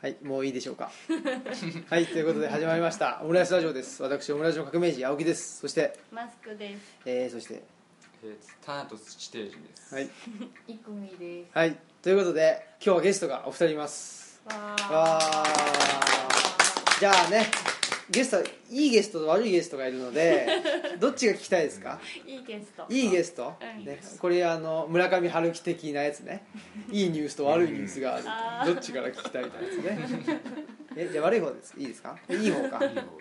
はいもういいでしょうか はいということで始まりましたオムライスラジオです私オムライスの革命児青木ですそして、マスクです。えー、そしてえー、タナトス地底人です。はい、いくみです。はい、ということで今日はゲストがお二人いますわわーーじゃあねゲストいいゲストと悪いゲストがいるのでどっちが聞きたいですかいいゲスト。いいゲスト、うんね、これあの村上春樹的なやつねいいニュースと悪いニュースがあるどっちから聞きたいってやつねえじゃあ悪い方ですいいですかいい方か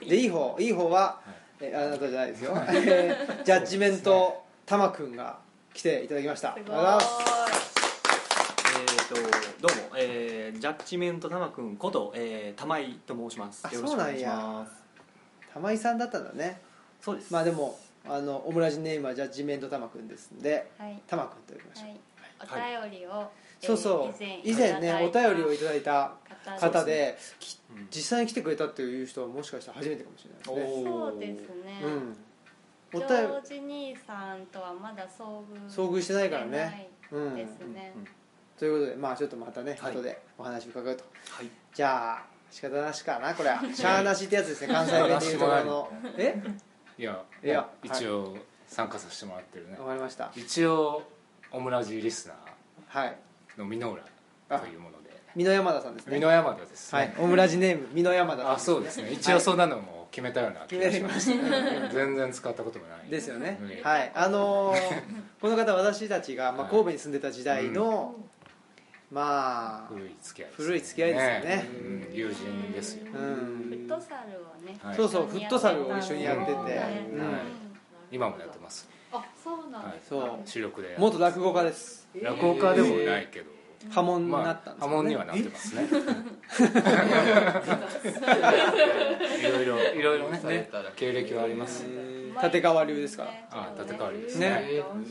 でいい方いい方は、えあなたじゃないですよえー ジャッジメントたまくんが来ていただきましたすごありがとうございますーえー、とどうも、えー、ジャッジメント玉くんこと、えー、玉井と申しますあよろしくお願いします玉井さんだったんだねそうです、まあでもあのオムラジネームはジャッジメントたまくんですんでい。はい。たまくんと呼びましょう、はい。お便りを、えーそうそう以前ねお便りをいただいたた方できうん実際に来てくれたっていう人はもしかしたら初めてかもしれないですねそうですね。うんジおョ便ージ兄さんとはまだ遭遇遭遇してないからね。うでんすね。ということでまあちょっとまたねはい後でお話伺うとはいじゃあ仕方なしかなこれはしゃあなしってやつですね関西弁でいうところのえいや、いや一応参加させてもらってるね。わかりました一応オムラジリスナはいーのミノあ浦というもので、美濃山田さんですミねノ山田です、ね。はいオムラジネーム美濃山田さんあ、そうですね。一応そんなのも決めたような気がします。決全然使ったことも ない。ですよねうん、はいあのーこの方私たちが、まあ、はい神戸に住んでた時代の、うんまあ古い付き合いです、古い付き合いですよねうん友人ですよ。うんフットサルをね。はいそうそうフットサルを一緒にやってて、うんうんはい今もやってます。あ、そうなんですか。はいそう主力で。元落語家です落語家でもないけど。波紋にまなあったんです波よ紋にはなってますね。 いろいろいろいろね経歴はあります。えうーまい立川流ですからあ立川流ですね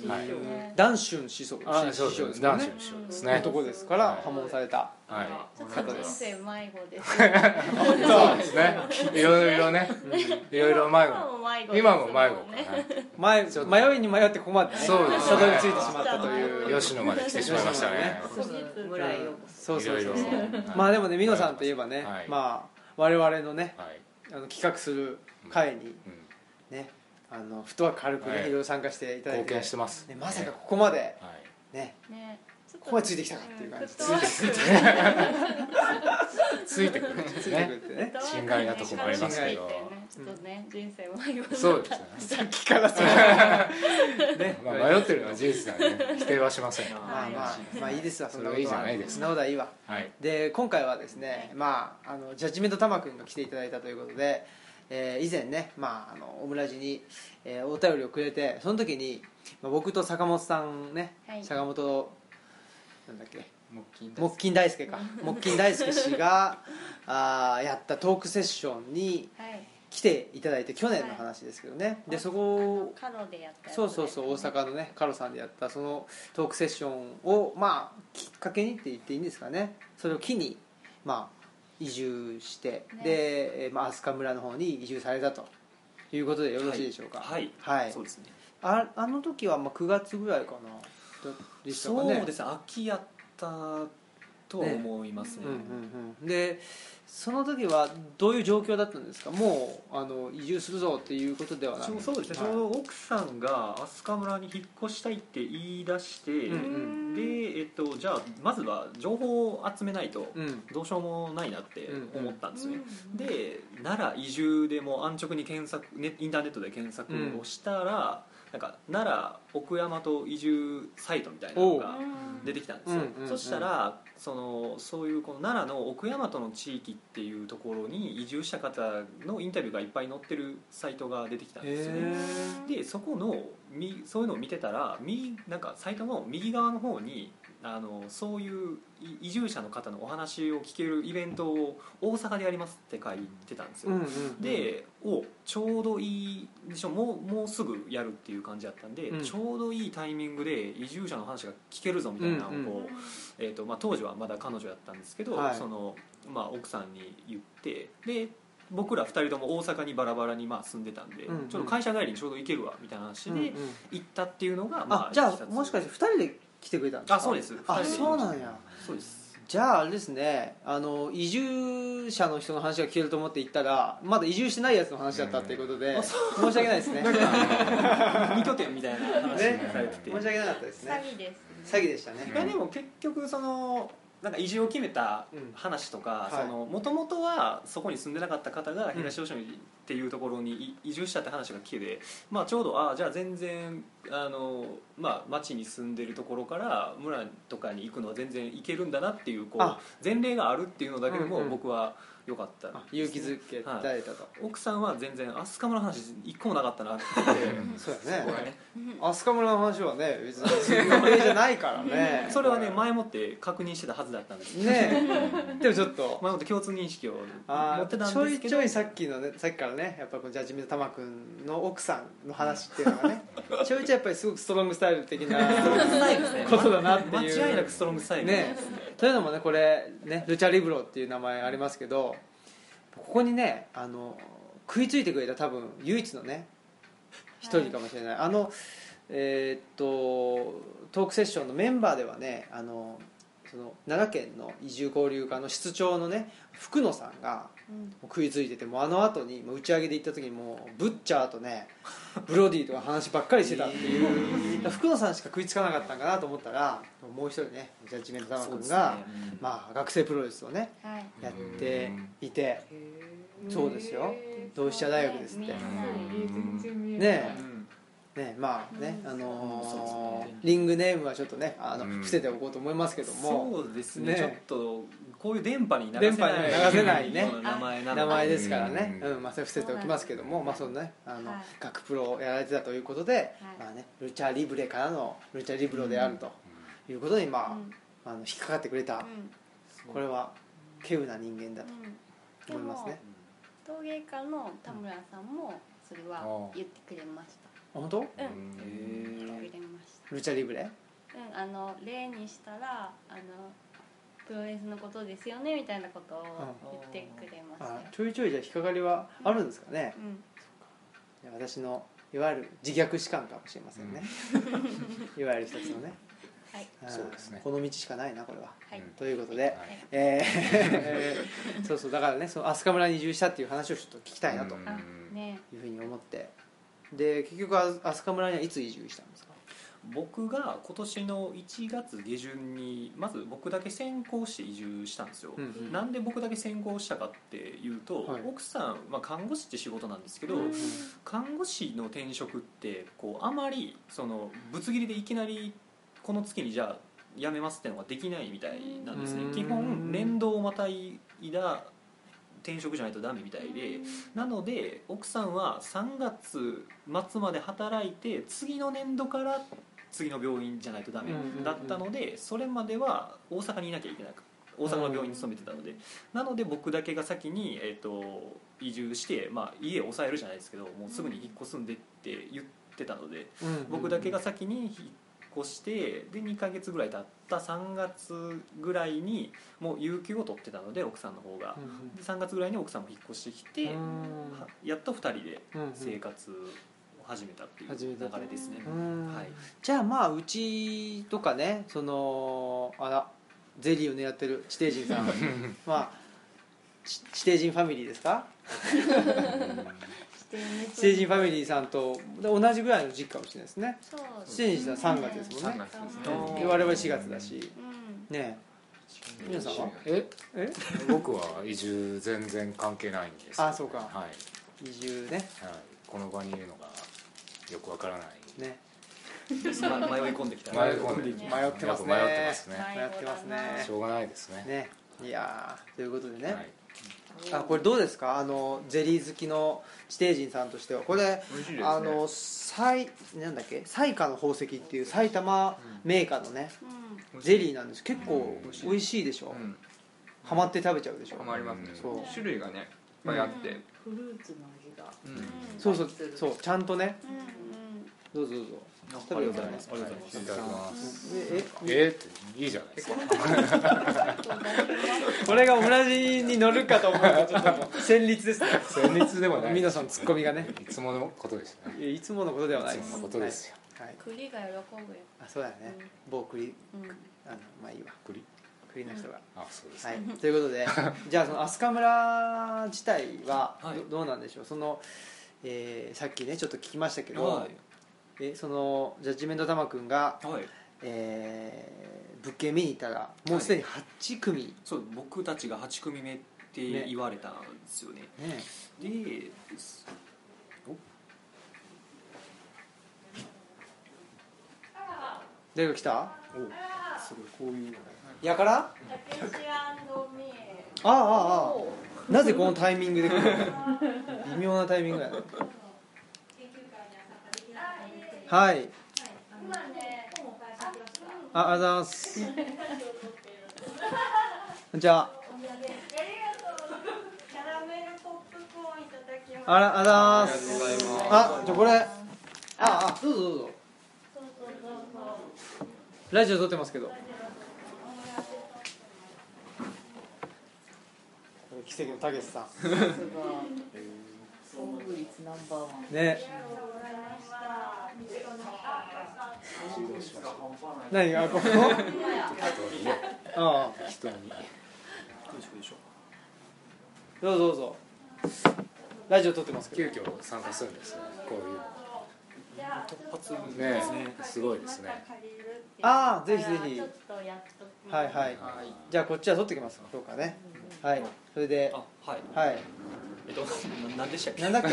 はいね男春師匠あ師そう師匠でですすね。もん男子ねの師匠ですね。男ですからはい波紋されたはちょっと人生迷子です。 い。そうですね。いろいろね。いろいろ迷子。今も迷子か前ちょっと迷いに迷ってここまでねそうですねたどり着いてしまったといなうよ吉野まで来てしまいましたね。後日村井をそういそうろいそろう。まあでもね美美濃濃さんといえばね、はいまあ我々のねはい。あの企画する会にうんねあのふとは軽くね、い、はいろいろ参加していただい貢て献してます。ね、まさかはここまでい。ねね、ちょっここまでついてきたかっていう感じフットワークついてくるんですついてくねるってねフットワーク心外なとこもありますけどねちょっとね、人生迷子そうですねさっきからそれねまあ迷ってるのは事実なんで否定はしませんはまあまあまあいいですわそんなことそれはいいじゃないですかそんなことはいいわいで今回はですね、まあ、あのジャッジメントたまくんが来ていただいたということで、えー以前ね、まあ、あのオムラジに、えーお便りをくれてその時に、まあ、僕と坂本さんね、はい坂本なんだっけ木金木金大輔 か木金大輔氏があーやったトークセッションにはい来ていただいて去年の話ですけどね、でそこカロでやったやつそうそうそう大阪のねカロさんでやったそのトークセッションをまあきっかけにって言っていいんですかねそれを機にまあ移住して、ねで、えーまあ、飛鳥村の方に移住されたということでよろしいでしょうかはい、はいそうですねああの時はまあ9月ぐらいかなだでしたかねそうですね秋やったとは思いますねうんうんうん、でその時はどういう状況だったんですかもうあの移住するぞっていうことではなちょくうそうですはね、いちょうど奥さんが飛鳥村に引っ越したいって言い出して、ううんんで、えっと、じゃあまずは情報を集めないとうんどうしようもないなって思ったんですね、うんで奈良移住でも安直に検索、ね、インターネットで検索をしたら、なんか奈良奥山と移住サイトみたいなのがうん出てきたんですよ、うんうんそしたらそのそういうこの奈良の奥山との地域っていうところに移住した方のインタビューがいっぱい載ってるサイトが出てきたんですよねへでそこのみそういうのを見てたら右なんかサイトの右側の方にあのそういうい移住者の方のお話を聞けるイベントを大阪でやりますって書いてたんですよ、うんうんうん、で、おちょうどいいでしょもうもうすぐやるっていう感じだったんで、うんちょうどいいタイミングで移住者の話が聞けるぞみたいなのをこう、うんうんえーとまあ、当時はまだ彼女だったんですけど、はいそのまあ、奥さんに言ってで僕ら2人とも大阪にバラバラにまあ住んでたんで、うんうんちょっと会社帰りにちょうど行けるわみたいな話うんうんで行ったっていうのが、まああじゃ一つあもしかして2人で来てくれたんですかあそうですあ二人でそうなんやそうですじゃああれですねあの移住者の人の話が聞けると思って行ったらまだ移住してないやつの話だったっていうことで、申し訳ないですね二拠点みたいな話ねされて申て、し訳なかったです詐ね欺です詐欺でしたねいやでも結局そのなんか移住を決めたうん話とかはいもともとはそこに住んでなかった方がん東吉野っていうところにい移住したって話が聞けて、まあ、ちょうどああじゃあ全然あの、まあ、町に住んでるところから村とかに行くのは全然行けるんだなっていうこあう前例があるっていうのだけでうんもうん僕は良かったですね、あ勇気づけられたと、奥さんは全然飛鳥村の話一個もなかったなって言って そうや僕はねね飛鳥村の話はね 別に有名じゃないからねそれはね前もって確認してたはずだったんですねえでもちょっと前もって共通認識を持あってたんーですちけどょいちょいさっきのねさっきからねやっぱこのジャッジメント玉君の奥さんの話っていうのが ねちょいちょいやっぱりすごくストロングスタイル的なことだなっていう間違いなくストロングスタイルねというのもねこれねルチャリブロっていう名前ありますけどここにねあの食いついてくれた多分唯一のね一人かもしれない、あのえーっとトークセッションのメンバーではねあのその奈良県の移住交流課の室長のね福野さんがうんもう食いついててもうあの後にもう打ち上げで行った時にもうブッチャーとねブロディとか話ばっかりしてたっていうだから福野さんしか食いつかなかったんかなと思ったらもう一人ねジャッジメントそ玉うで君すが、ねまあ、学生プロレスをねはいやっていてそうですよ同志社大学ですって見えないねうんねまあね、あうんそのうですねーリングネームはちょっとねあのうん伏せておこうと思いますけどもそうですねねちょっとこういう電波に流せ電波にない流せないねような名前なので名前ですからね、うんうんまあ、それ伏せておきますけども、まあそのねあの、はい学プロをやられてたということで、はいまあね、ルチャリブレからのルチャリブロであるということに、うまんああの引っかかってくれた、これは稀有な人間だとうん思いますでねも、陶芸家の田村さんもそれは言ってくれましあ本当たうんへ言ってーくれましたルチャリブレうん、あの例にしたらあのプロレスのことですよねみたいなことを言ってくれましたよあちょいちょいじゃあ引っかかりはあるんですかね、うんいや私のいわゆる自虐士官かもしれませんね、 いわゆる一つのねはいんそうですねこの道しかないなこれははい、ということで、はいえー そうそうだからねその飛鳥村に移住したっていう話をちょっと聞きたいなとうんあねいうふうに思ってで結局あ飛鳥村にはいつ移住したんですか僕が今年の1月下旬にまず僕だけ先行して移住したんですよ、うんんなんで僕だけ先行したかっていうと、はい奥さん、まあ、看護師って仕事なんですけど、うん看護師の転職ってこうあまりそのぶつ切りでいきなりこの月にじゃあ辞めますってのができないみたいなんですねうん基本年度をまたいだ転職じゃないとダメみたいでなので奥さんは3月末まで働いて次の年度から次の病院じゃないとダメだったのでそれまでは大阪にいなきゃいけない大阪の病院に勤めてたのでなので僕だけが先に、えー、と移住して、まあ、家を抑えるじゃないですけどもうすぐに引っ越すんでって言ってたので僕だけが先に引っ越してで2ヶ月ぐらい経った3月ぐらいにもう有給を取ってたので奥さんの方がうんうんで3月ぐらいに奥さんも引っ越してきてうんはやっと2人でうんうん生活を始めたっていう始め流たれですねう。んはいじゃあまあうちとかねそのあらゼリーを狙ってる地底人 さんまあち地底人ファミリーですか指定地底人ファミリーさんと同じぐらいの時期かもしれないですねそう地底人さん3月ですもん三ね月ですねそうで我々4月だしうんねえ皆さんは四月ええ僕は移住全然関係ないんですけどあそうかはい、はい、移住ねこの場にいるのがよくわからないねま迷い込んできた迷い込んでききたた迷ってますねやっぱ迷ってますねやってますねしょうがないですねねいやーということでね、はいあこれどうですかあのゼリー好きの地底人さんとしてはこれ美味しいですねあの埼なんだっけ彩花の宝石っていう埼玉メーカーのねうゼリーなんです結構うん美味しいでしょ、うんハマって食べちゃうでしょハマりますねそう種類がねいっぱいあって、フルーツの味がうんんそうそうそうちゃんとねうんうんどうぞどうぞありがとうございますありがとうございいまただきますええーっていいじゃないですか えこれが同じに乗るかと思うとちょっともう戦慄ですね先日でもない皆さんツッコミがねいつものことですねいやいつものことではないいでつすものことですよはい、はい栗が喜ぶよあそうだよね某栗うんあのまあいいわ栗国の人が、あそうですはね、 い、ということでじゃあその飛鳥村自体はど,、はいうなんでしょうその、えーさっきねちょっと聞きましたけど、はえそのジャッジメント玉くんが、い、はい、えー物件見に行ったらもうすでに8組、そう僕たちが8組目って言われたんですよねねで誰が来たおすごいこういうのやからあ竹内ミエあああああなぜこのタイミングで来る の微妙なタイミングやねはいあありがとうございます じゃあキャラメルポップコーンいただきますあらあざーありがとうございますすあじゃあこれああどうぞどうぞそうそうそうそうラジオ撮ってますけど奇跡のたけしささすが遭遇率ナンバーワンんね何がここああ人にどうしようでしょどうぞどうぞラジオ撮ってますけ急ど遽参加するんですねこういううの突発ねですねすごいですねあーぜひぜひちょっとやっとくはいはいじゃあこっちは撮ってきますそうかねはいそれであはいはいえっとななんでしたっけなんだっけ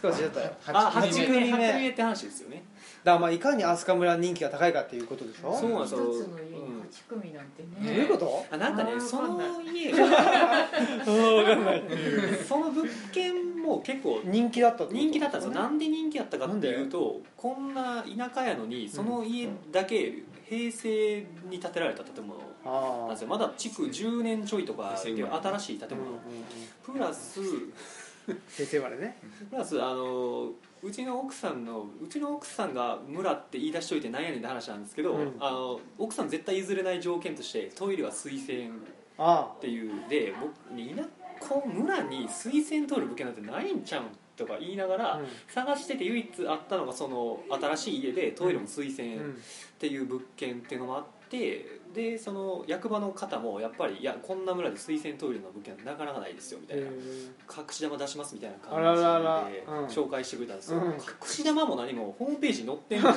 少しちょっとあ八8組組目目8組目って話ですよねだからまあいかに飛鳥村人気が高いかっていうことでしょそうなんです一つよの家に8組なんてね、どういうことあなんかあねーそわかんの家 がその物件も結構人気だったってこと人気だったんですよなんで人気だったかなっんてでいうとこんな田舎やのにその家だけ平成に建てられた建物なあんであすよまだ築10年ちょいとかで2000ぐらい新しい建うんうんう物んプラス平成生まれねプラスあのうちの奥さんのうちの奥さんが村って言い出しといてなんやねんって話なんですけど、うんあの奥さん絶対譲れない条件としてトイレは水洗っあていうで僕ね田こう村に水洗通る物件なんてないんちゃうんとか言いながら、あうん探してて唯一あったのがその新しい家でトイレも水洗うっんていう物件っていうのもあってでその役場の方もやっぱりいやこんな村で水洗トイレの物件なかなかないですよみたいな隠し玉出しますみたいな感じであらららうん紹介してくれたんですよ、うん隠し玉も何もホームページに載ってんの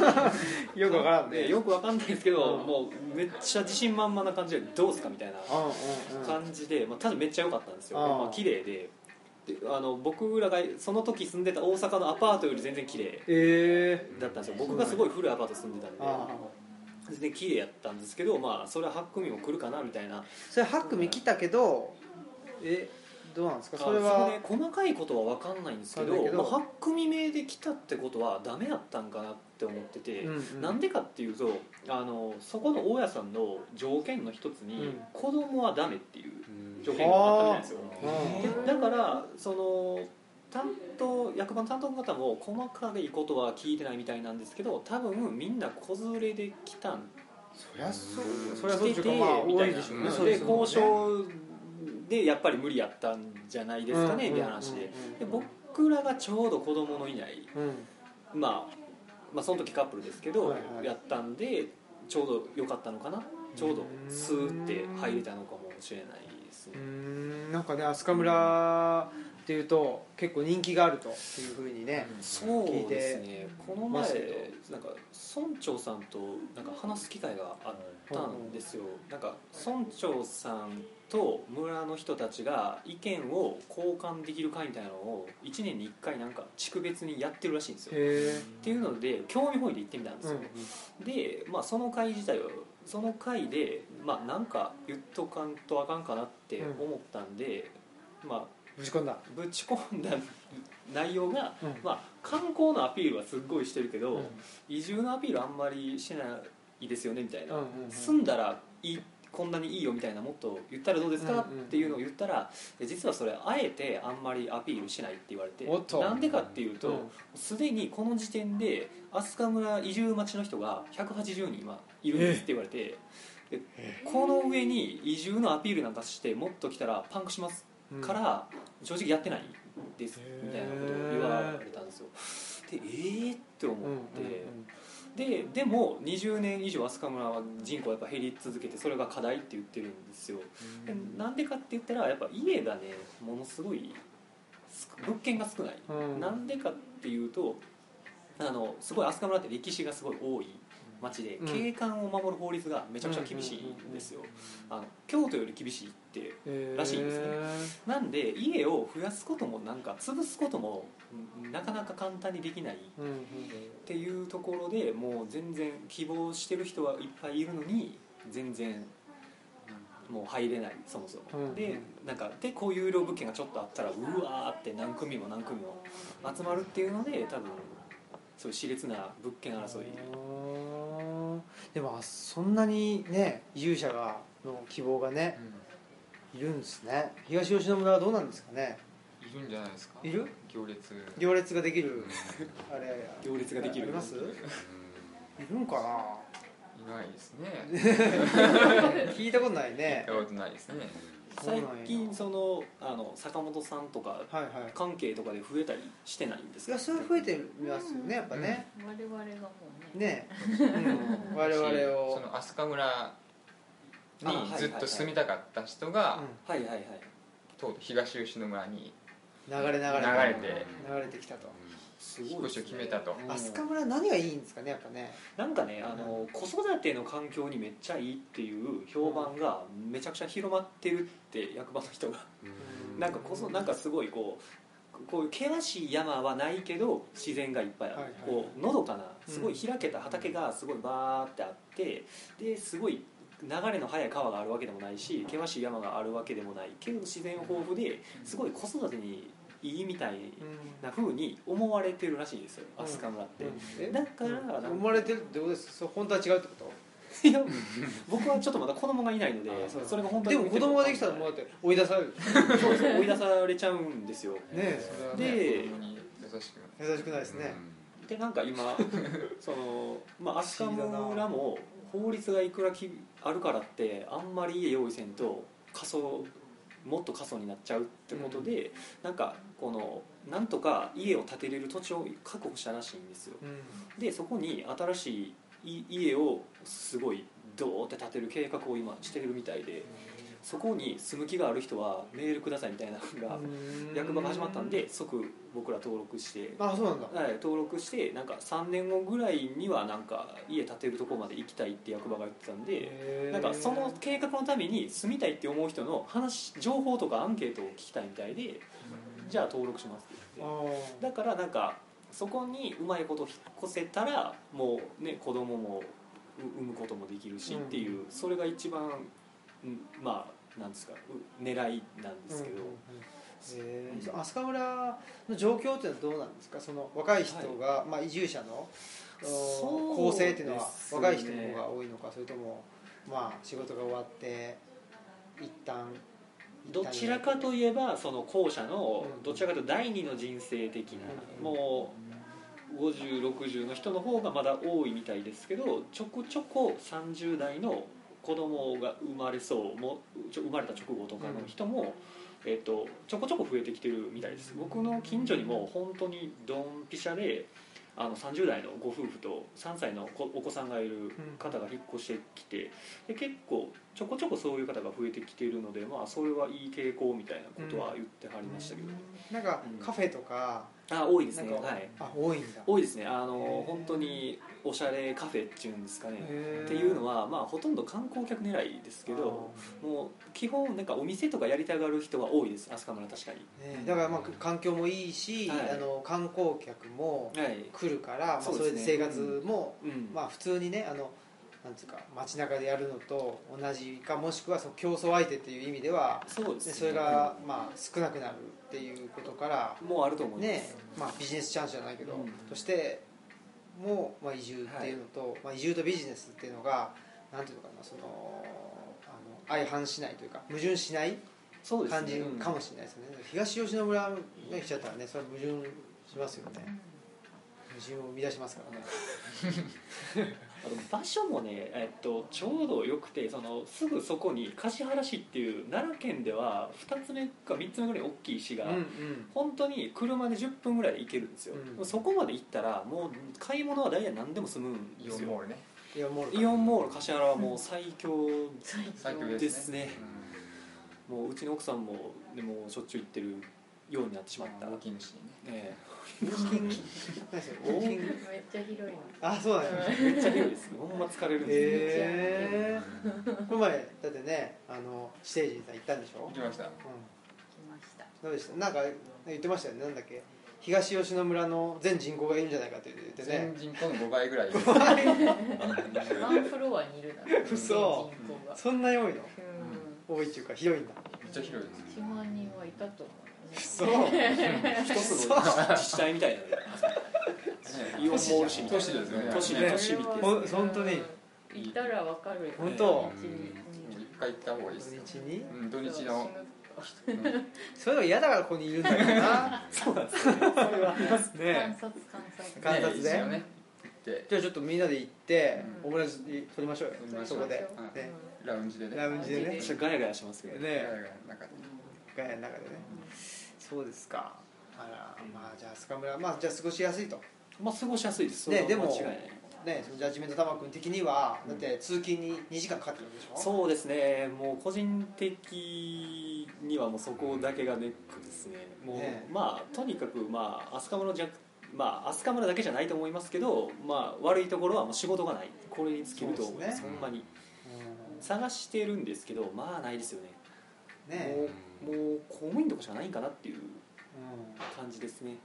によくわからんねでよくわかんないですけど、うんもうめっちゃ自信満々な感じでどうすかみたいなうんうんうん感じで、まあ、ただめっちゃ良かったんですよ、あーまあ綺麗でであの僕らがその時住んでた大阪のアパートより全然綺麗えだったんですよ僕がすごい古いアパート住んでたー、んあであ全然綺麗やったんですけどまあそれは8組も来るかなみたいなそれ8組来たけどえどうなんですかそれあはね細かいことは分かんないんですけわかどんないけどまあ、8組目で来たってことはダメやったんかなって思ってて、うんうんなんでかっていうとあのそこの大家さんの条件の一つに、うん子供はダメっていううん条件があったみたいなんですようんでだからその担当役場の担当の方も細かいことは聞いてないみたいなんですけど多分みんな子連れで来たんそりゃそううんそりゃそうっていうかまあみ多たいいなでしょうねうんそでうすよね交渉でやっぱり無理やったんじゃないですかねうんみたいな話ででうんうん僕らがちょうど子供のいない、うんまあ、まあその時カップルですけど、はいはいやったんでちょうど良かったのかなちょうどスーって入れたのかもしれないですうーねんなんかね飛鳥村っていうと結構人気があるというふうにね、そうですねこの前ますけどなんか村長さんとなんか話す機会があったんですよなんか村長さんと村の人たちが意見を交換できる会みたいなのを1年に1回なんか地区別にやってるらしいんですよへっていうので興味本位で行ってみたんえ、ですよ、で、まあ、その会自体はその会で、まあ、なんか言っとかんとあかんかなって思ったんで、まあぶち込んだ、ぶち込んだ内容が、うんまあ、観光のアピールはすっごいしてるけど、うん移住のアピールあんまりしてないですよねみたいな、うんうんうん住んだらいいこんなにいいよみたいなもっと言ったらどうですか、うんうんっていうのを言ったらで実はそれあえてあんまりアピールしないって言われておっとなんでかっていううんとすで、にこの時点で飛鳥村移住待ちの人が180人今いるんですって言われて。でこの上に移住のアピールなんかしてもっと来たらパンクしますうんから正直やってないですみたいなことを言われたんですよでえーって思うんうんって、ででも20年以上飛鳥村は人口やっぱ減り続けてそれが課題って言ってるんですよでなんでかって言ったらやっぱ家がねものすごいす物件が少ない、うんなんでかっていうとあのすごい飛鳥村って歴史がすごい多い町で、うん景観を守る法律がめちゃくちゃ厳しいんですよ、あの京都より厳しいってらしいんですねなんで家を増やすこともなんか潰すこともうんなかなか簡単にできないうんうんっていうところでもう全然希望してる人はいっぱいいるのに全然もう入れないそもそも、うんでなんかでこういう有料物件がちょっとあったらうわーって何組も何組も集まるっていうので多分そういう熾烈な物件争い、うんでもあそんなにね移住者がの希望がねいるんですね東吉野村はどうなんですかねいるんじゃないですかいる行列行列ができうるんあれ行列ができるありますいるんかいないですねな聞いたことないねやったことないですねそうなん最や近そのあの坂本さんとかはいはい関係とかで増えたりしてないんですいかやそれは増えてますよねやっぱね、我々がもうねね、うん、我々 そを、の飛鳥村あにずっと住みたかった人がはいはいはいとうとう東吉野村にうん、流れ流れ流れて流れてきたとす引っ越しを決めたとうん飛鳥村何がいいんですかねやっぱねなんかねあの子育ての環境にめっちゃいいっていう評判がめちゃくちゃ広まってるって役場の人がうんなんかこそなんかすごいこうこういう険しい山はないけど自然がいっぱいある、はいはいこうのどかなすごい開けた畑がすごいバーってあってですごい流れの速い川があるわけでもないし険しい山があるわけでもないけど自然豊富ですごい子育てにいいみたいな風に思われてるらしいんですようん飛鳥村って。えだからなんか生まれてるってことですそう本当は違うってこいや僕はちょっとまだ子供がいないのであそうそれが本と当でもに子供ができたらもうだって追い出されるでしそう そう追い出されちゃうんですよょねそれはねで子供に優しくな優しくないですね、でなんか 今そのまあ不飛思鳥議だな村も法律がいくらきあるからってあんまり家用意せんと過疎もっと過疎になっちゃうってことで、なんかこのなんとか家を建てれる土地を確保したらしいんですようんでそこに新しいい家をすごいドーって建てる計画を今してるみたいでそこに住む気がある人はメールくださいみたいなのがうん役場が始まったんで即僕ら登録して、あそうなんだはい、登録してなんか3年後ぐらいにはなんか家建てるとこまで行きたいって役場が言ってたんでへーなんかその計画のために住みたいって思う人の話情報とかアンケートを聞きたいみたいでじゃあ登録しますってあ言ってーだからなんかそこにうまいこと引っ越せたらもうね子供もう産むこともできるしっていう、それが一番、うんまあなんですかう狙いなんですけど。うんうんうんえー、その飛鳥村の状況っていうのはどうなんですかその若い人が、まあ、移住者のそう構成っていうのはですね若い人の方が多いのかそれとも、まあ、仕事が終わって一旦どちらかといえばその後者のうんどちらかというと第二の人生的なもう5060の人の方がまだ多いみたいですけどちょこちょこ30代の子供が生まれそうもうちょ生まれた直後とかの人も、えっとちょこちょこ増えてきてるみたいです僕の近所にも本当にドンピシャであの30代のご夫婦と3歳の子お子さんがいる方が引っ越してきてで結構ちょこちょこそういう方が増えてきているのでまあそれはいい傾向みたいなことは言ってはりましたけど、なんかうんカフェとか、あ多いですねなんか、はいあ多いんだ多いですねあへのー本当におしゃれカフェっていうんですかねへーっていうのはまあほとんど観光客狙いですけどもう基本なんかお店とかやりたがる人は多いです飛鳥村確かにあーねだからまあ環境もいいし、はいあの観光客もはい来るから、まあ、そうそでれすで生ね活も、うんまあ、普通にねあのなんていうか街中でやるのと同じかもしくはその競争相手っていう意味ではそうでですねそれが、まあ、少なくなるっていうことからうんもうあると思います、ねまあ、ビジネスチャンスじゃないけど、うんとしても、まあ、移住っていうのと、まあ、移住とビジネスっていうのがなんていうのかなそのあの相反しないというか矛盾しないそうですね感じうんかもしれないですね東吉野村が来ちゃったらねそれは矛盾しますよね矛盾を生み出しますからねあと場所もね、えっと、ちょうどよくてそのすぐそこに橿原市っていう奈良県では2つ目か3つ目ぐらい大きい市が、うんうん本当に車で10分ぐらいで行けるんですよ、うんそこまで行ったらもう買い物は大体何でも済むんイでオすンよモールねイオンモールイオンモール橿原はもう最強最強ですねですねもううちの奥さんもでもしょっちゅう行ってるようになってしまった、大きい虫にねえ何それウォーキングめっちゃ広いなあそうなんですねえめっちゃ広いですほんま疲れるんですよ、へえこの前だってねあの地底人さん行ったんでしょ行、きましたうん来ましたどうでしたなんか言ってましたよねなんだっけ東吉野村の全人口がいるんじゃないかって言って全ね人口の5倍ぐらいいるワンフロアにいるな嘘全人口がそんなに多いのう多いっていうか広いんだめっちゃ広いですん1万人はいたと思うそう一つの自治体みたいなイオンモール市みたいな都市ですよね都市ね都市みたいなほん本当に行ったらわかるよ本当一日に一回行った方がいいで土すね日にうん土日のうんそういうの嫌だからここにいるんだよなそれはね観察観察観察でね一緒ね行ってじゃあちょっとみんなで行ってうんオムライス取りましょうよ撮りましそょうこでうんねラウンジでねラウンジでねラウン私はガヤガヤしますけどねねなんかガヤの中でねそうですかあらまあじゃあスカムラまあじゃあ過ごしやすいとまあ過ごしやすいですねそれはでも間違いないねそのジャッジメント玉君的にはだって通勤に2時間かかってるんでしょそうですねもう個人的にはもうそこだけがネックですねもうねまあとにかくまあ飛鳥村の弱まあ飛鳥村だけじゃないと思いますけどまあ悪いところはもう仕事がないこれに尽きると思いそうますですねほんまにうん探してるんですけどまあないですよねねもうもう公務員とかしかないんかなっていううん感じですね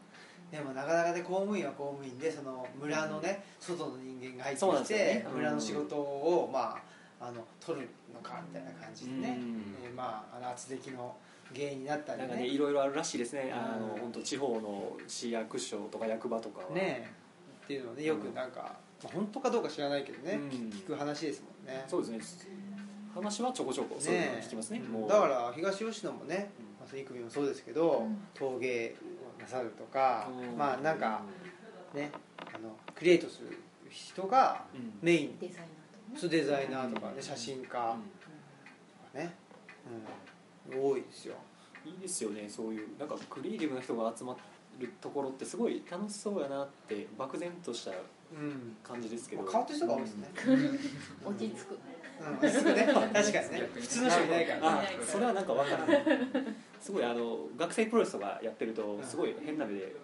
でもなかなかで公務員は公務員でその村のね、外の人間が入ってそうなんきですて、よねうん村の仕事をまああの取るのかみたいな感じでね、うんえーまああの圧力の原因になったりなねんかねねいろいろあるらしいですねあうのん本当地方の市役所とか役場とかはえっていうのでよくなんか、まあ本当かどうか知らないけどね、うん聞く話ですもんねそうですね話はちょこちょこそういうの聞きますねもうだから東吉野もねうんまあそういう組もそうですけど、うん陶芸をなさるとか、うんまあなんかねあのクリエイトする人がうんメインデザイナーとかねそうデザイナーとかね、写真う家とかね、うん多いですよんいいですよねそういうなんかクリエイティブな人が集まるところってすごい楽しそうやなって漠然としたうん感じですけまどあ変わった人が多いですね、落ち着くうん、すぐ ね確かにね逆に普通の人いないからあそれはなんかわからないすごいあの学生プロレスとかやってるとすごい変な目で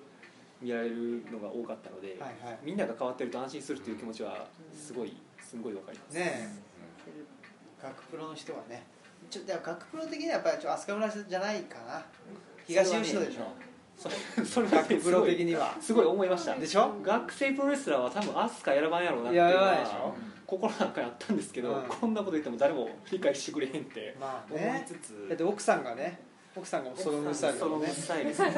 見られるのが多かったので、はいはいみんなが変わってると安心するっていう気持ちはすごいすごいわかります、ねえ学プロの人はねちょっと学プロ的にはやっぱりちょっと飛鳥村じゃないかな東吉野でしょそれ それだけ学すプごロい的にはすごい思いましたでしょ学生プロレスラーは多分アスカやらばんやろうなっていうのやらないでしはょ心の中にあったんですけど、うんこんなこと言っても誰も理解してくれへんってまあ思いねつつ、だって奥さんがね奥さんが恐るむさいそのもんねさいですね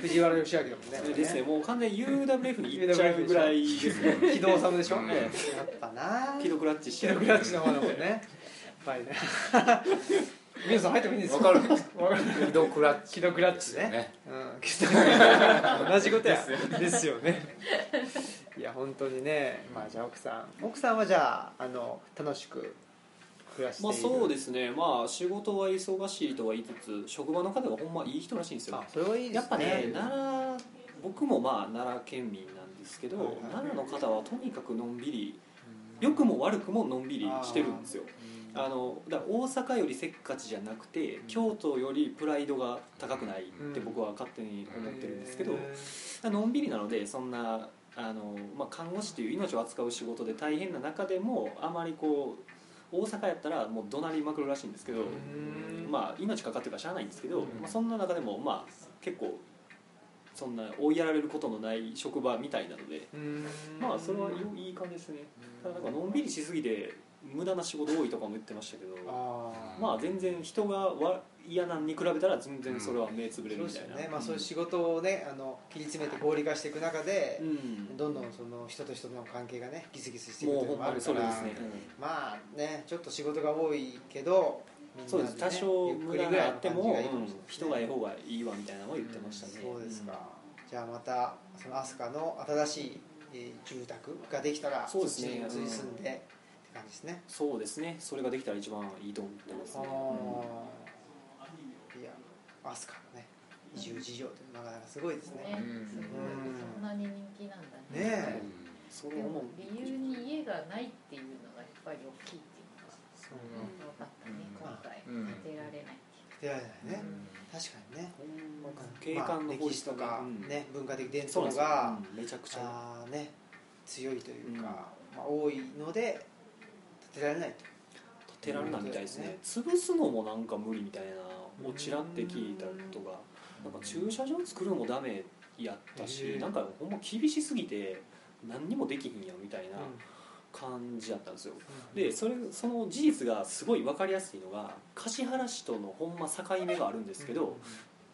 藤原義明だもんねです ねもう完全 に UWF に行っちゃうぐらいですね木戸治でしょ、うんやっぱなキドクラッチしシてルクラッチの方だもんね。やっぱりね。 皆さん入ってもいいんですか。わかるわかる。キドクラッキドクラッチね。ねうん。キドクラッチ同じことや。ですよね。いや本当にね。まあじゃあ奥さん、奥さんはじゃああの楽しく暮らしている。まあそうでですねまあ仕事は忙しいとは言いつつ職場の方がほんまいい人らしいんですよあ、それはいいですね。やっぱね奈良僕もまあ奈良県民なんですけど、はいはい奈良の方はとにかくのんびり良くも悪くものんびりしてるんですよあのだから大阪よりせっかちじゃなくて、京都よりプライドが高くないって僕は勝手に思ってるんですけど、へのんびりなのでそんなあの、まあ、看護師という命を扱う仕事で大変な中でもあまりこう大阪やったらもう怒鳴りまくるらしいんですけど、ー。まあ、命かかってるからしゃあないんですけど、うんまあ、そんな中でも、まあ、結構そんな追いやられることのない職場みたいなので、うーん。まあそれはいいいい感じですねただなんかのんびりしすぎて無駄な仕事多いとかも言ってましたけどああ。まあ全然人がわ嫌なんに比べたら全然それは目つぶれそるうみですたよいな、ね。まあそういう仕事をね、あの切り詰めて合理化していく中でう。んどんどんその人と人との関係がねギスギスしていくもとういうのほんもあまるにかそれらですね、まあねちょっと仕事が多いけどみんなねそうです多少ゆっ無くり駄ぐがらあいのって感もじがいいかうもんしれない人がええ方がいいわみたいなのを言ってましたねそうですか、じゃあまたそのアスカの新しいえー住宅ができたらそうですね普通に住んでって感じですね。そうですねそれができたら一番いいと思ってますああねいや明日からね移住事情ってなかなかすごいですね。ねうんすごいそんなに人気なんだねねえそれではもうも理由に家がないっていうのがやっぱり大きいっていうのがよかったね今回うん建てられないっていう出られないね、確かにね。景観まのあ法歴史律とかうんね、文化的伝そうな統んですよがうんめちゃくちゃあーね強いというか、まあ多いので建てられないと。建てられないみたいですうんね潰すのもなんか無理みたいなをちらって聞いたりとかなんか駐車場作るのもダメやったへしえなんかほんま厳しすぎて何にもできひんやみたいな感じだったんですよでそれその事実がすごい分かりやすいのが橿原市とのほんま境目があるんですけど、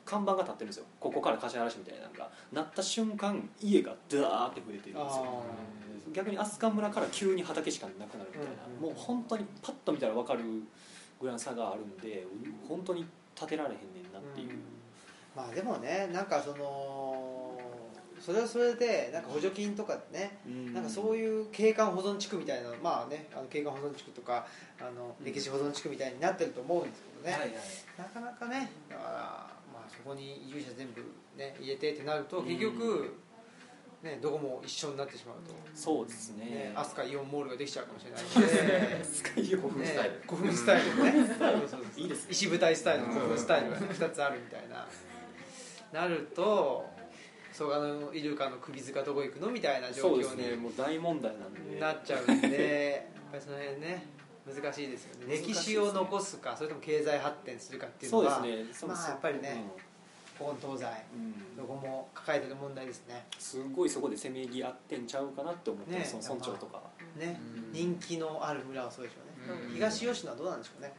看板が立ってるんですよここから橿原市みたいなのがなった瞬間家がダーって増えてるんですよあ逆に飛鳥村から急に畑しかなくなるみたいな、うんもう本当にパッと見たら分かるぐらいの差があるんで本当に建てられへんねんなっていう、まあでもねなんかそのそれはそれでなんか補助金とかね、なんかそうういう景観保存地区みたいなのまあねあの景観保存地区とかあのうん歴史保存地区みたいになってると思うんですけどね、はいはいなかなかねだからまあそこに移住者全部ね入れてってなるとうん結局、ねどこも一緒になってしまうと。そうですねね、アスカイオンモールができちゃうかもしれないので古墳スタイル古墳スタイルねいいですね石舞台スタイルと古墳スタイルが2つあるみたいななると蘇我のイルカの首塚どこ行くのみたいな状そうです況ねもう大問題なんでになっちゃうんでやっぱりその辺ね難しいですよね難歴しいですね史を残すかそれとも経済発展するかっていうそのうではすねそうまあやっぱりね、古今東西うんうんどこも抱えてる問題ですねすごいそこでせめぎ合ってんちゃうかなって思って、ねその村長とかねうん人気のある村はそうでしょうねうん東吉野はどうなんでしょうね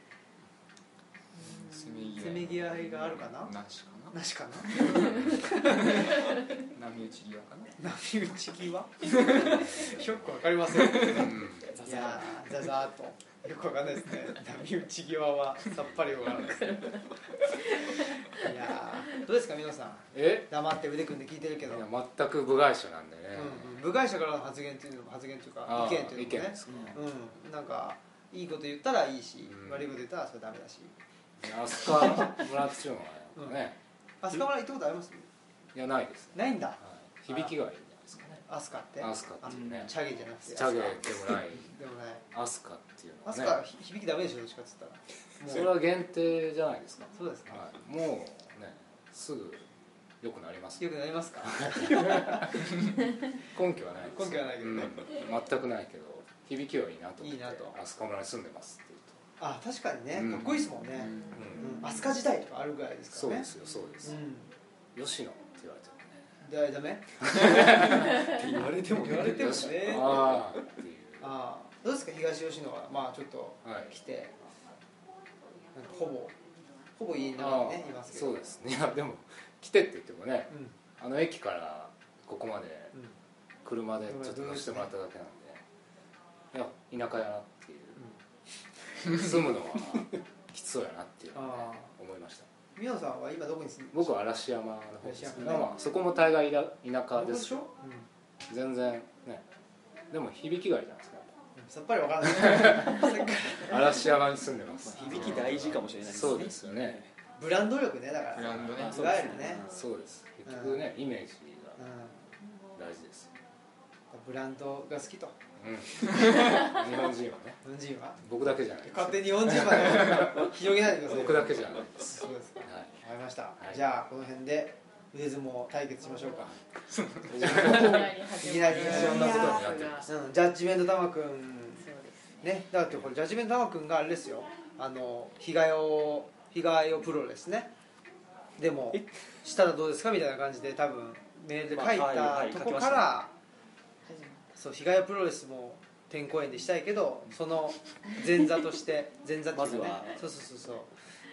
せめぎ合いせめぎ合いがあるかななしかなしかなな波打ち際かな 波打ち 際よくわかりませんいザザやーザザーとよくわかんないですね波打ち際はさっぱりわからないです いやーどうですか皆さんえ黙って腕組んで聞いてるけいど、うんうん、や全く部外者なんでね、部外者からの発言っていうのも発言というかあー意見というか意見ねですかうんなんかいいこと言ったらいいし、うん悪いこと言ったらそれダメだし飛鳥村っていうのはね、あそこから行ったことありますいやないですね、ないんだはい響きがいいんじゃないですかねアスカってアスカっていうねあチャゲじゃなくてチャゲアスでもないカでもないアスカっていうのアはスねカはひ響きダメでしょどっちかっつったらもうそれは限定じゃないですか、そうですか、はい、もうねすぐ良くなりますよくなりますか根拠はないです根拠はないけどねうん全くないけど響きはいいなと思っていいなとあそこ村に住んでますって言うとあ確かにね、うんかっこいいですもんね、うんうん、飛鳥時代とかあるぐらいですかそうらでねすよそうです、う吉野って言われてんだダもねメ言われても言われてもねああっていうああどうですか東吉野はまあちょっとはい来て、なんかほぼほぼ家の中にねいああますけどそうですねいやでも来てって言ってもねうんあの駅からここまでうん車でちょっと乗せてもらっただけなんでいや田舎やなっていう住むのは きつそうやなっていうのはああ思いました美濃さんは今どこに住んで僕は嵐山の方です嵐けど、山ねまあそこも大概いら田舎どこでですしょよ、全然ねでも響きがいいじゃないですかうん、さっぱりわからないさっ きから嵐山に住んでます響き大事かもしれないそうですよねブランド力ねだかブらランドねまあいわゆるねそうです結局ねイメージうがん大事です、ブランドが好きとうん、日本人はね日本人は僕だけじゃないです勝手に日本人まで広げないでくださいよ僕だけじゃないです、そうですかはわかりました、はいじゃあこの辺で腕相撲対決しましょうか、い、いきなりいろんなことになってまうん、ジャッジメント玉くんそうですねねだってこれジャッジメント玉くんがあれですよあの被害を被害をプロですねでもしたらどうですかみたいな感じで多分メールで書いまあはいたはいとこ書きまかしたら、ね始まっそう被害をプロレスも天公演でしたいけどその前座として 前座っていうかねまずはそうそうそうそう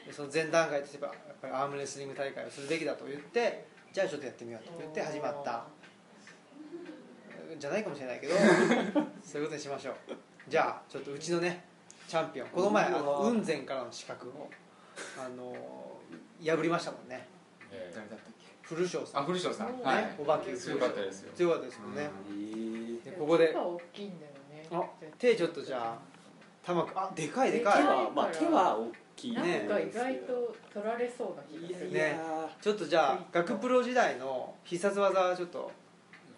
でその前段階としてやっぱりアームレスリング大会をするべきだと言ってじゃあちょっとやってみようと言って始まったじゃないかもしれないけ どそういうことにしましょうじゃあちょっとうちのねチャンピオンこの前あのうわ雲仙からの資格をあの破りましたもんねえ誰だったっけ古古庄さあん古城さんねはいお化け強かったですよ強かったですもんね、でここ手でが大きいんだよねあ手ちょっとじゃあ玉くあでかいで手かいはまあ手は大きいなんねか意外と取られそうな気がするいやちょっとじゃあ学プロ時代の必殺技はちょっと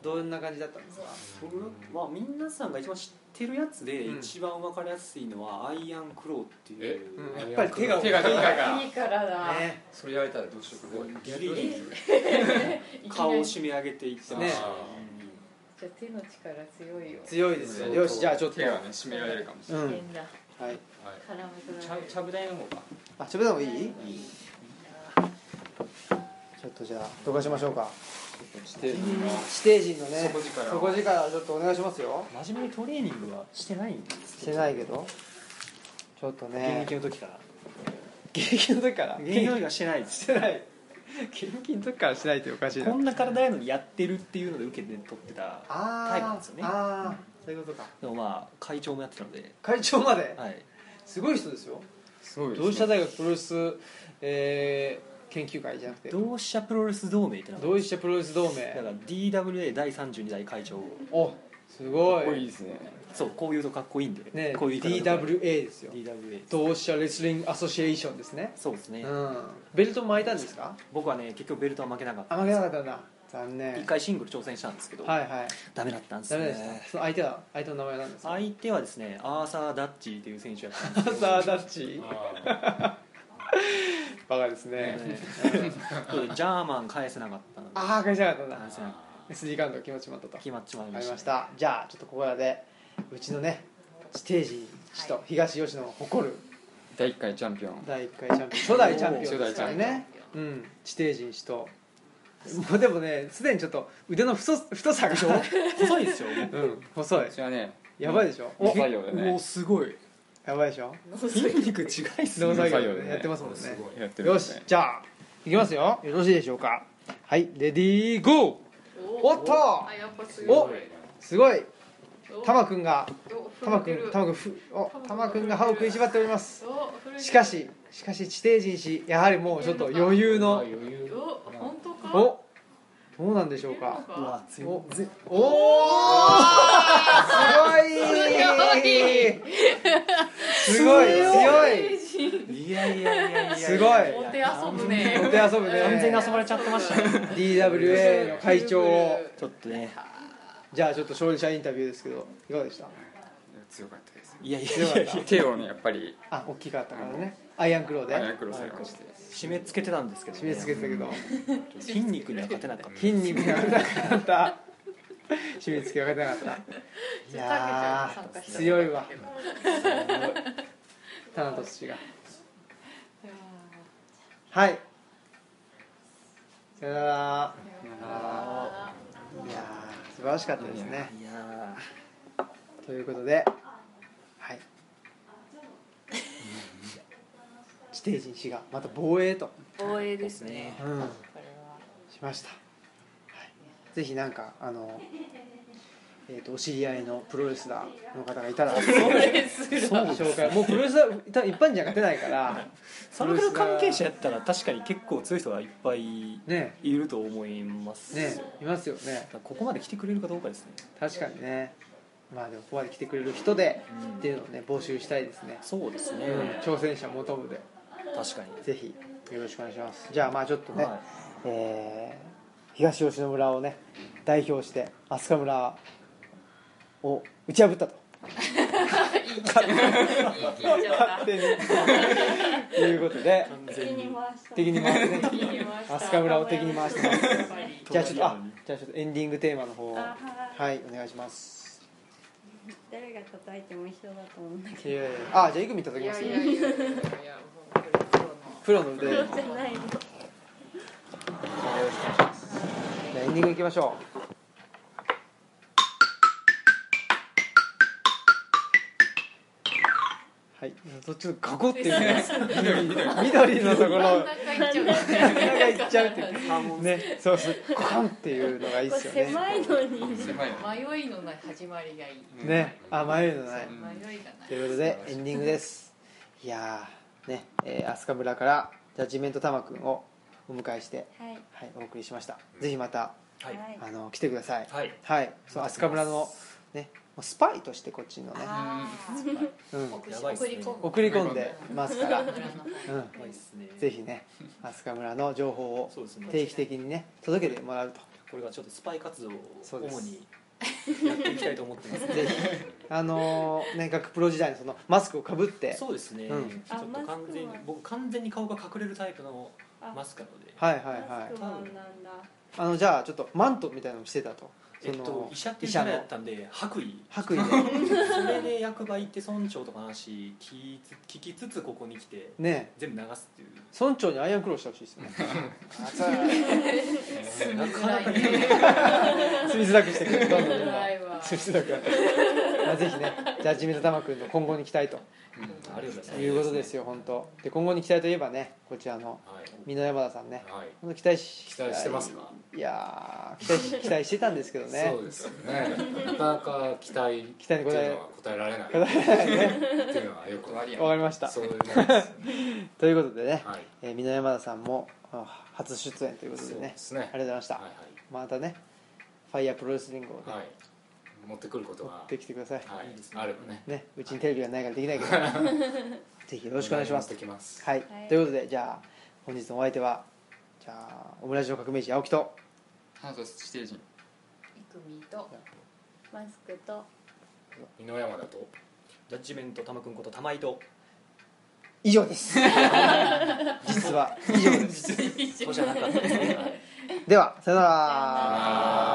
どんな感じだったんですか僕は皆さんが一番知ってるやつでうん一番わかりやすいのはアイアンクローっていう、うんあやのっぱり手が手が手がいいからだ、ねそれやられたらどうしようかなギリギリいきなり顔を締め上げていってましたねじゃあ手の力強いよ強いですよよしじゃあちょっと手がね締められるかもうしれない、ん変だはいはい絡むちとゃなるちゃぶ台の方かあ喋った方がいいいいちょっとじゃあどうかしましょうか指定の指定陣のね底力を底力ちょっとお願いしますよ真面目にトレーニングはしてないんですしてないけどちょっとねの時から現役の時から現役の時はしてないでしすてない現役の時からしないっておかしいなこんな体やのにやってるっていうので受けて取ってたあータイプなんですよねああそういうことかでもまあ会長もやってたので、会長まではい、すごい人ですよすごいですね同志社大学プロレス、えー研究会じゃなくて同志社プロレス同盟ってのが同志社プロレス同だか盟ら DWA 第32代会長おすごいかっこいいですねそうこう言うとかっこいいんで、ねこういう言い方とか DWA ですよ DWA 同志社レスリングアソシエーションですねそうですね、うんベルト巻いたんですか僕はね結局ベルトは負けなかったあ負けなかったんだ残念一回シングル挑戦したんですけど、はいはいダメだったんですダよメでしたねその相手は相手の名前は何ですか相手はですねアーサー・ダッチーという選手やったんでアすけーどサーダッチバカですねね ジャーマン返せなかったのでああ返せなかったんだ返せなかっ SD カウントが決まっちまったとた決まっちまいわまかしりたましたじゃあちょっとここらでうちのね指定陣氏と東吉野を誇る第一回チャンピオン第1回チャンピオン初代チャンピオン初で代すチからャンピオンねうん指定陣氏ともうでもねすでにちょっと腕の太太さが細いですよ 僕うん細いこちらねやばいでしょ農作業でおねすごいやばいでしょ筋肉違いっす農農作作業業でねねやってますもんねやってるよんしでねじゃあいきますよよろしいでしょうかはいレディーゴーおっとあやっぱすおごいすごいおタマくんがおタマく震えてんるタマくんふおタマくんが歯を食いしばっておりますお震えてるしかししかし地底人氏やはりもうちょっと余裕のお本当かおどうなんでしょういかけるうのわ強いおおーすごいすごい強いいやいやいやいやすごいお手遊ぶねお手遊ぶね完全に遊ばれちゃってましたね DWA の会長をちょっとねじゃあちょっと勝利者インタビューですけどいかがでした強かったですいやいやい強かやった手をねやっぱりあ大きかったからねアイアンクローで早くロされまして締め付けてたんですけど、締め付けてたけど筋肉には勝てなかった筋肉がなかった締め付けがなかったいやー強いわタナトス氏がはいさよならいやー素晴らしかったですねいやということではい指定人氏がまた防衛と、防衛ですーねうん、これはしました、はい、ぜひなんかあの、えー、とお知り合いのプロレスラーの方がいたら紹介もうプロレスラー多分一般人じゃ勝てないからサブクラ関係者やったら確かに結構強い人はいっぱいねいると思いますねいますよねここまで来てくれるかどうかですね、確かにねまあでもここまで来てくれる人でっていうのをね募集したいですね、そうですね、うん、挑戦者求むで確かにぜひよろしくお願いしますじゃあまあちょっとね、はいえー東吉野村をね代表して飛鳥村を打ち破ったと言っちゃった勝手にということで敵に回した敵に回してね 言いました飛鳥村を敵に回してますやっぱりじゃあちょっとあじゃあちょっとエンディングテーマの方をあはいはいお願いします誰が叩いても一緒だと思うんだけいやいやいやあじゃあイグミいただいきまやすいやいやいやいやもうこれプロのプロの腕じゃどじゃないのあエンディングいきましょうはいどっちのガコっていう ね緑のところ真ん中行っちゃなうかなか行っちゃうっていう ねそうそうコンっていうのがいいっこすれよね狭いのに狭いよね迷いのない始まりがいい、ねあ迷うのない迷いがないということでエンディングですいやーねえー飛鳥村からジャッジメント玉くんをお迎えして、はいはい、お送りしましたぜひまたはいはいあの来てくださいはいはいそう飛鳥村のねもうスパイとしてこっちのね、あーうん、送りやばいっす送ねり込む送り込んでま すから、う村のん、怖いっすねぜひね飛鳥村の情報をそうですね定期的にね届けてもらうとこれがちょっとスパイ活動をそう主ですにやっていきたいと思ってます ぜひあのーね学プロ時代のそのマスクをかぶってそうですね、うんちょっと完あマ全にスクは僕完全に顔が隠れるタイプのあマスクなのではいはいはマスいクマンなんだあのじゃあちょっとマントみたいなのもしてたとえっと、医者っていうキ医ャ者ラやのったんで白 衣白衣 でそれで役場行って村長とか話聞きつ聞きつつここに来てね全部流すっていう村長にアイアンクローしてほしいです ねなかなか辛いね住みづらくしてくれ るどんどんどんどん辛いわ住みづらくなってまあぜひねじゃあ地味と玉君の今後に期待とありがとうございますいうことですよ本当で今後に期待といえばねこちらのはい美濃山田さんねはい本当期待し期待してますかいやー期待し期待してたんですけどねそうですよねなかなか期待期待に応っていえうのは答えられない答えられないねっていうのはよく 断りやわかりましたそういうもん ですということでね、はいえー、美濃山田さんもあ初出演ということでそうねですねありがとうございました、はいまたねファイヤープロレスリングをね、はいはい持ってくること持がってきてください、はいいですねあればねねうちにテレビがないからでき ないけどぜひよろしくお願いします持ってきますはい、はいということでじゃあ本日のお相手はじゃあオムラジの革命児青木とハートステージ育美とマスクと井上山だとジャッジメント玉くんこと玉 井と以上です 実は以上ですそうじゃなかったですねはい ではさよなさようならら